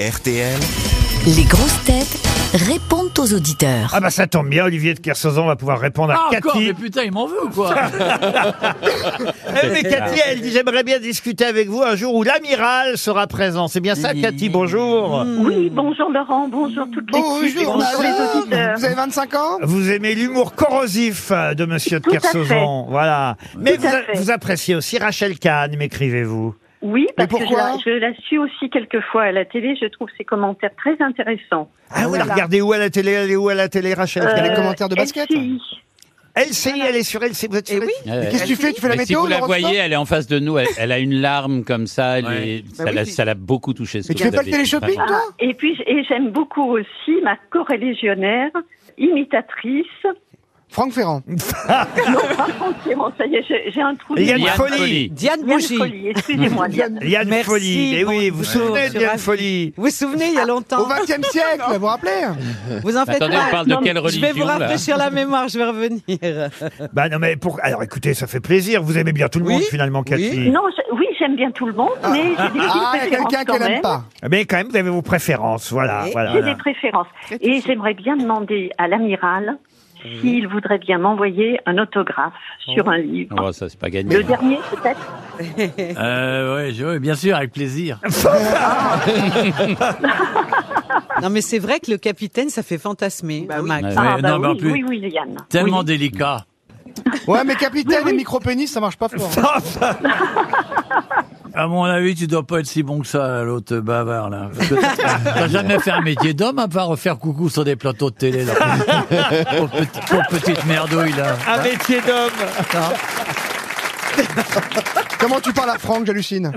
RTL. Les grosses têtes répondent aux auditeurs. Ah bah ça tombe bien, Olivier de Kersauzon va pouvoir répondre à Ah, encore, Cathy. mais putain, il m'en veut ou quoi Eh, mais Cathy, elle dit j'aimerais bien discuter avec vous un jour où l'amiral sera présent. C'est bien ça, Cathy, bonjour. Oui, bonjour Laurent, bonjour toute l'équipe, et Hmm. Bonjour, bonjour madame. les auditeurs. Vous avez 25 ans Vous aimez l'humour corrosif euh, de Monsieur de Tout à Kersauzon, voilà. Mais vous, à a- fait. vous appréciez aussi Rachel Kahn, m'écrivez-vous. Oui, parce que je pourquoi la, je la suis aussi quelquefois à la télé, je trouve ses commentaires très intéressants. Ah, vous la regardez où à la télé Elle est où à la télé, Rachel y a Kahn les Euh, commentaires de basket LCI. LCI, elle est sur LCI, vous êtes sur LCI. Ouais, ouais. Qu'est-ce que tu fais Tu fais la Mais si météo vous la l'horoscope voyez, elle est en face de nous, elle, elle a une larme comme ça, elle est- ça Bah oui, l'a- tu- ça l'a beaucoup touché. ce Mais que tu fais vous pas le avez dit, télé-shopping, vraiment. toi Ah, Et puis, et j'aime beaucoup aussi ma corrélégionnaire, imitatrice. Franck Ferrand. Franchement, ça y est, j'ai- j'ai un trou. Il y a de- une Yann folie. Folie. Diane Yann Bougie. Folie, excusez-moi Diane. Il y a une Merci, folie, mais oui, vous vous bonjour, souvenez je de suis Yann ravie. Folie Vous vous souvenez, Ah, il y a Au longtemps. 20 e siècle, vous vous rappelez Vous en faites Attendez, on pas. parle de Non, quelle Je vais vous religion là rafraîchir la mémoire, je vais revenir. Bah non, mais pour... Alors écoutez, ça fait plaisir, vous aimez bien tout le Oui, monde finalement, oui. Cathy. Non, je- oui, j'aime bien tout le monde, mais j'ai des petites Ah, il y a préférences quelqu'un quand qu'elle même. n'aime pas. Mais quand même, vous avez vos préférences, voilà. Oui. voilà, J'ai voilà. des préférences. Et j'aimerais bien demander à l'amiral s'il voudrait bien m'envoyer un autographe sur un livre. Oh, ça, c'est pas gagné. Le dernier, peut-être euh, ouais, je- ouais, bien sûr, avec plaisir. Non, mais c'est vrai que le capitaine, ça fait fantasmer, Max. Ouais. Ah, Ouais, bah non, mais en oui, plus- oui, oui, Yann. Tellement Oui. délicat. Ouais, mais capitaine et micro-pénis, ça marche pas fort. À mon avis, tu dois pas être si bon que ça, l'autre bavard, là. Parce que T'as jamais fait un métier d'homme à part faire coucou sur des plateaux de télé, là. Pour, petit- pour petite merdouille, là. Un métier d'homme Comment tu parles à Franck, j'hallucine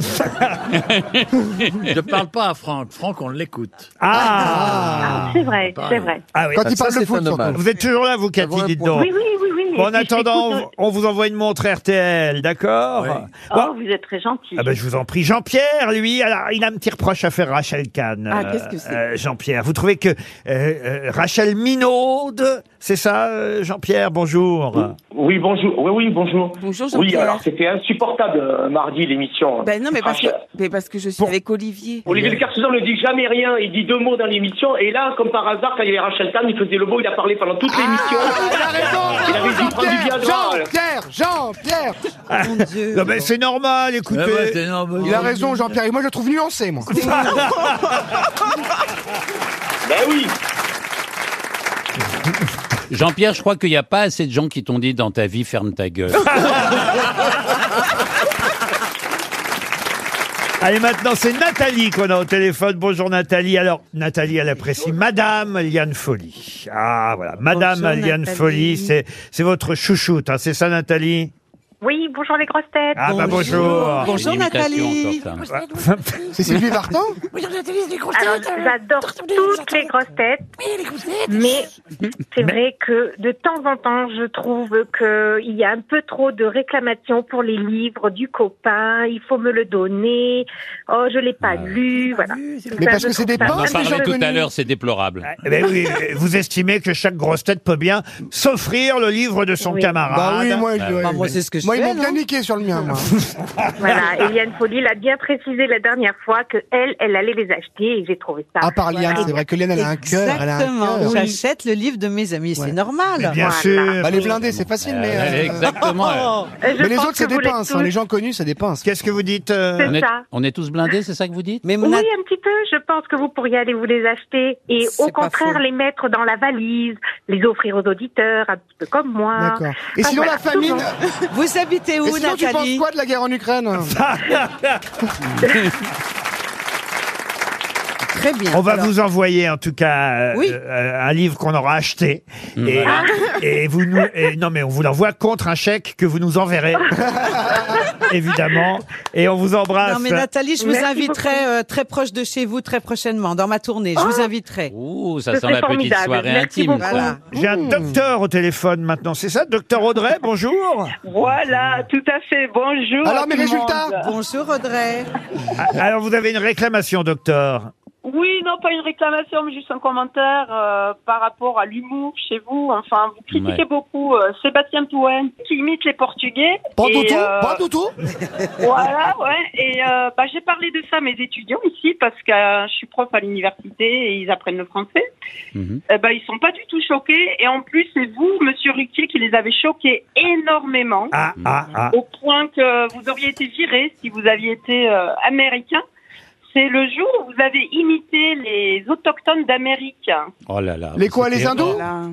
Je parle pas à Franck. Franck, on l'écoute. Ah C'est vrai, pareil. c'est vrai. Ah oui. Quand il parle de foot, surtout. Vous êtes toujours là, vous, Cathy, dites donc. Oui, oui, oui, oui. Bon, en Et puis, attendant, j'écoute- on on vous envoie une montre RTL, d'accord Oui. Bon, Oh, vous êtes très gentil. Ah ben, je vous en prie. Jean-Pierre, lui, alors, il a un petit reproche à faire Rachel Kahn. Ah, qu'est-ce que c'est euh, Jean-Pierre, vous trouvez que euh, euh, Rachel Minaude, c'est ça, euh, Jean-Pierre Bonjour. Oui, bonjour. Oui, oui, bonjour. Ah, Bonjour Oui, Jean-Pierre. alors c'était insupportable euh, mardi l'émission. ben non, mais parce, Ah, que, Rachel- mais parce que je suis Pour- avec Olivier. Olivier Le Carcezon ne dit jamais rien, il dit deux mots dans l'émission, et là, comme par hasard, quand il y avait Rachel Kahn, il faisait le beau, il a parlé pendant toute l'émission. Ah, il Il a avait raison dit, prends du Jean-Pierre Viagra. Jean-Pierre Jean-Pierre Mon Dieu. Non, mais c'est normal, écoutez. Ah ouais, t'es énorme. Il a raison, Jean-Pierre. Et moi, je le trouve nuancé, moi. Ben oui, Jean-Pierre, je crois qu'il n'y a pas assez de gens qui t'ont dit dans ta vie, ferme ta gueule. Allez, maintenant, c'est Nathalie qu'on a au téléphone. Bonjour, Nathalie. Alors, Nathalie, elle apprécie Madame Liane Folly. Ah, voilà. Madame Bonjour, Liane Nathalie. Folly, c'est, c'est votre chouchoute, hein. c'est ça, Nathalie? Oui, bonjour les grosses têtes. Ah, bah, bonjour. Bonjour, Une imitation Nathalie. encore, ça. C'est Sylvie Vartan Ah, Alors, j'adore toutes les grosses têtes, mais c'est vrai que de temps en temps, je trouve qu'il y a un peu trop de réclamations pour les livres du copain. Il faut me le donner. Oh, je l'ai Ah, pas lu. Voilà. Mais parce que c'est des On en pinces, les gens parlait tout à connus. l'heure, c'est déplorable. Eh ben oui, vous estimez que chaque grosse tête peut bien s'offrir le livre de son Oui. camarade. Bah oui, moi, je, ouais, Bah, oui. moi, c'est ce que je Moi, ils fais, m'ont bien non niqué sur le mien, moi. Voilà, et Liane Folie l'a bien précisé la dernière fois que elle, elle allait les acheter et j'ai trouvé ça. À part Liane, c'est vrai que Liane, elle a un cœur. Elle a un Exactement. cœur. J'achète le livre de mes amis, Ouais. c'est normal. Mais bien Voilà. sûr. Bah, les blindés, c'est facile, mais. Euh, euh, Exactement. Oh, Euh, je Mais les pense autres, c'est que vous des l'êtes pinces. tous. hein. Les gens connus, c'est des pinces. Qu'est-ce que vous dites euh, C'est On est, ça. on est tous blindés, c'est ça que vous dites Mais mon Oui, a- un petit peu. Je pense que vous pourriez aller vous les acheter et au C'est pas contraire faux. les mettre dans la valise, les offrir aux auditeurs, un petit peu comme moi. D'accord. Et Ah, sinon, voilà. la famine. Vous habitez Et où, sinon, tu penses Nathalie quoi de la guerre en Ukraine Très bien. On va Alors, vous envoyer en tout cas euh, Oui. euh, un livre qu'on aura acheté Mm. et, Ah. et vous nous et non mais on vous l'envoie contre un chèque que vous nous enverrez évidemment et on vous embrasse. Non, mais Nathalie, je vous Merci inviterai euh, très proche de chez vous, très prochainement, dans ma tournée. Je Ah. vous inviterai. Ouh, ça Ce sent la serait petite formidable. soirée Merci intime. beaucoup. Ça. Voilà. J'ai un docteur au téléphone maintenant, c'est ça, docteur Audrey, bonjour. Voilà, tout à fait. Bonjour. Alors, à mes tout le résultats monde. Bonjour, Audrey. Ah, Alors vous avez une réclamation, docteur. oui, non, pas une réclamation, mais juste un commentaire euh, par rapport à l'humour chez vous. Enfin, vous critiquez Ouais. beaucoup euh, Sébastien Toen qui imite les Portugais. Pas Et, du tout, euh, pas du tout. Voilà, ouais. Et euh, bah, j'ai parlé de ça à mes étudiants ici parce que euh, je suis prof à l'université et ils apprennent le français. Mhm. Eh ben, ils sont pas du tout choqués. Et en plus, c'est vous, Monsieur Ruquier, qui les avez choqués énormément. Ah, Mm. ah, ah. au point que vous auriez été viré si vous aviez été euh, américain. C'est le jour où vous avez imité les autochtones d'Amérique. Oh là là. Les quoi, les hindous Ah.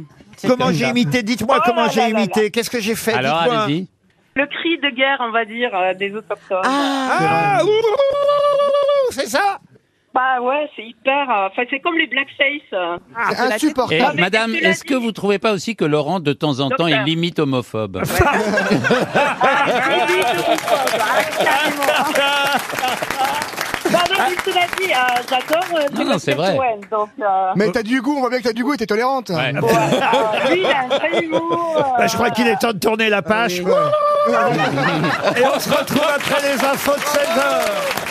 Comment j'ai imité Dites-moi Oh comment là j'ai là là imité. Qu'est-ce que j'ai fait Alors, Eh, Dites-moi. allez-y. Le cri de guerre, on va dire, euh, des autochtones. Ah, Ah, ouh, c'est ça Bah ouais, c'est hyper. euh, Enfin, c'est comme les blackface. euh. C'est la tête. Et, insupportable. Eh, madame, mais cela est-ce que dit- vous trouvez pas aussi que Laurent, de temps en temps, Docteur. il limite homophobe Ah, oui, je comprends, bah, carrément. Bah non, mais cela dit, euh, j'adore. euh, Non, non, c'est Sébastien vrai. Toen, donc, euh, Mais t'as du goût, on voit bien que t'as du goût et t'es tolérante. Ouais. ouais, euh, lui, il a un vrai humour. euh, Bah, Je crois qu'il est temps de tourner la page. Ouais. Et on se retrouve après les infos de 16 heures.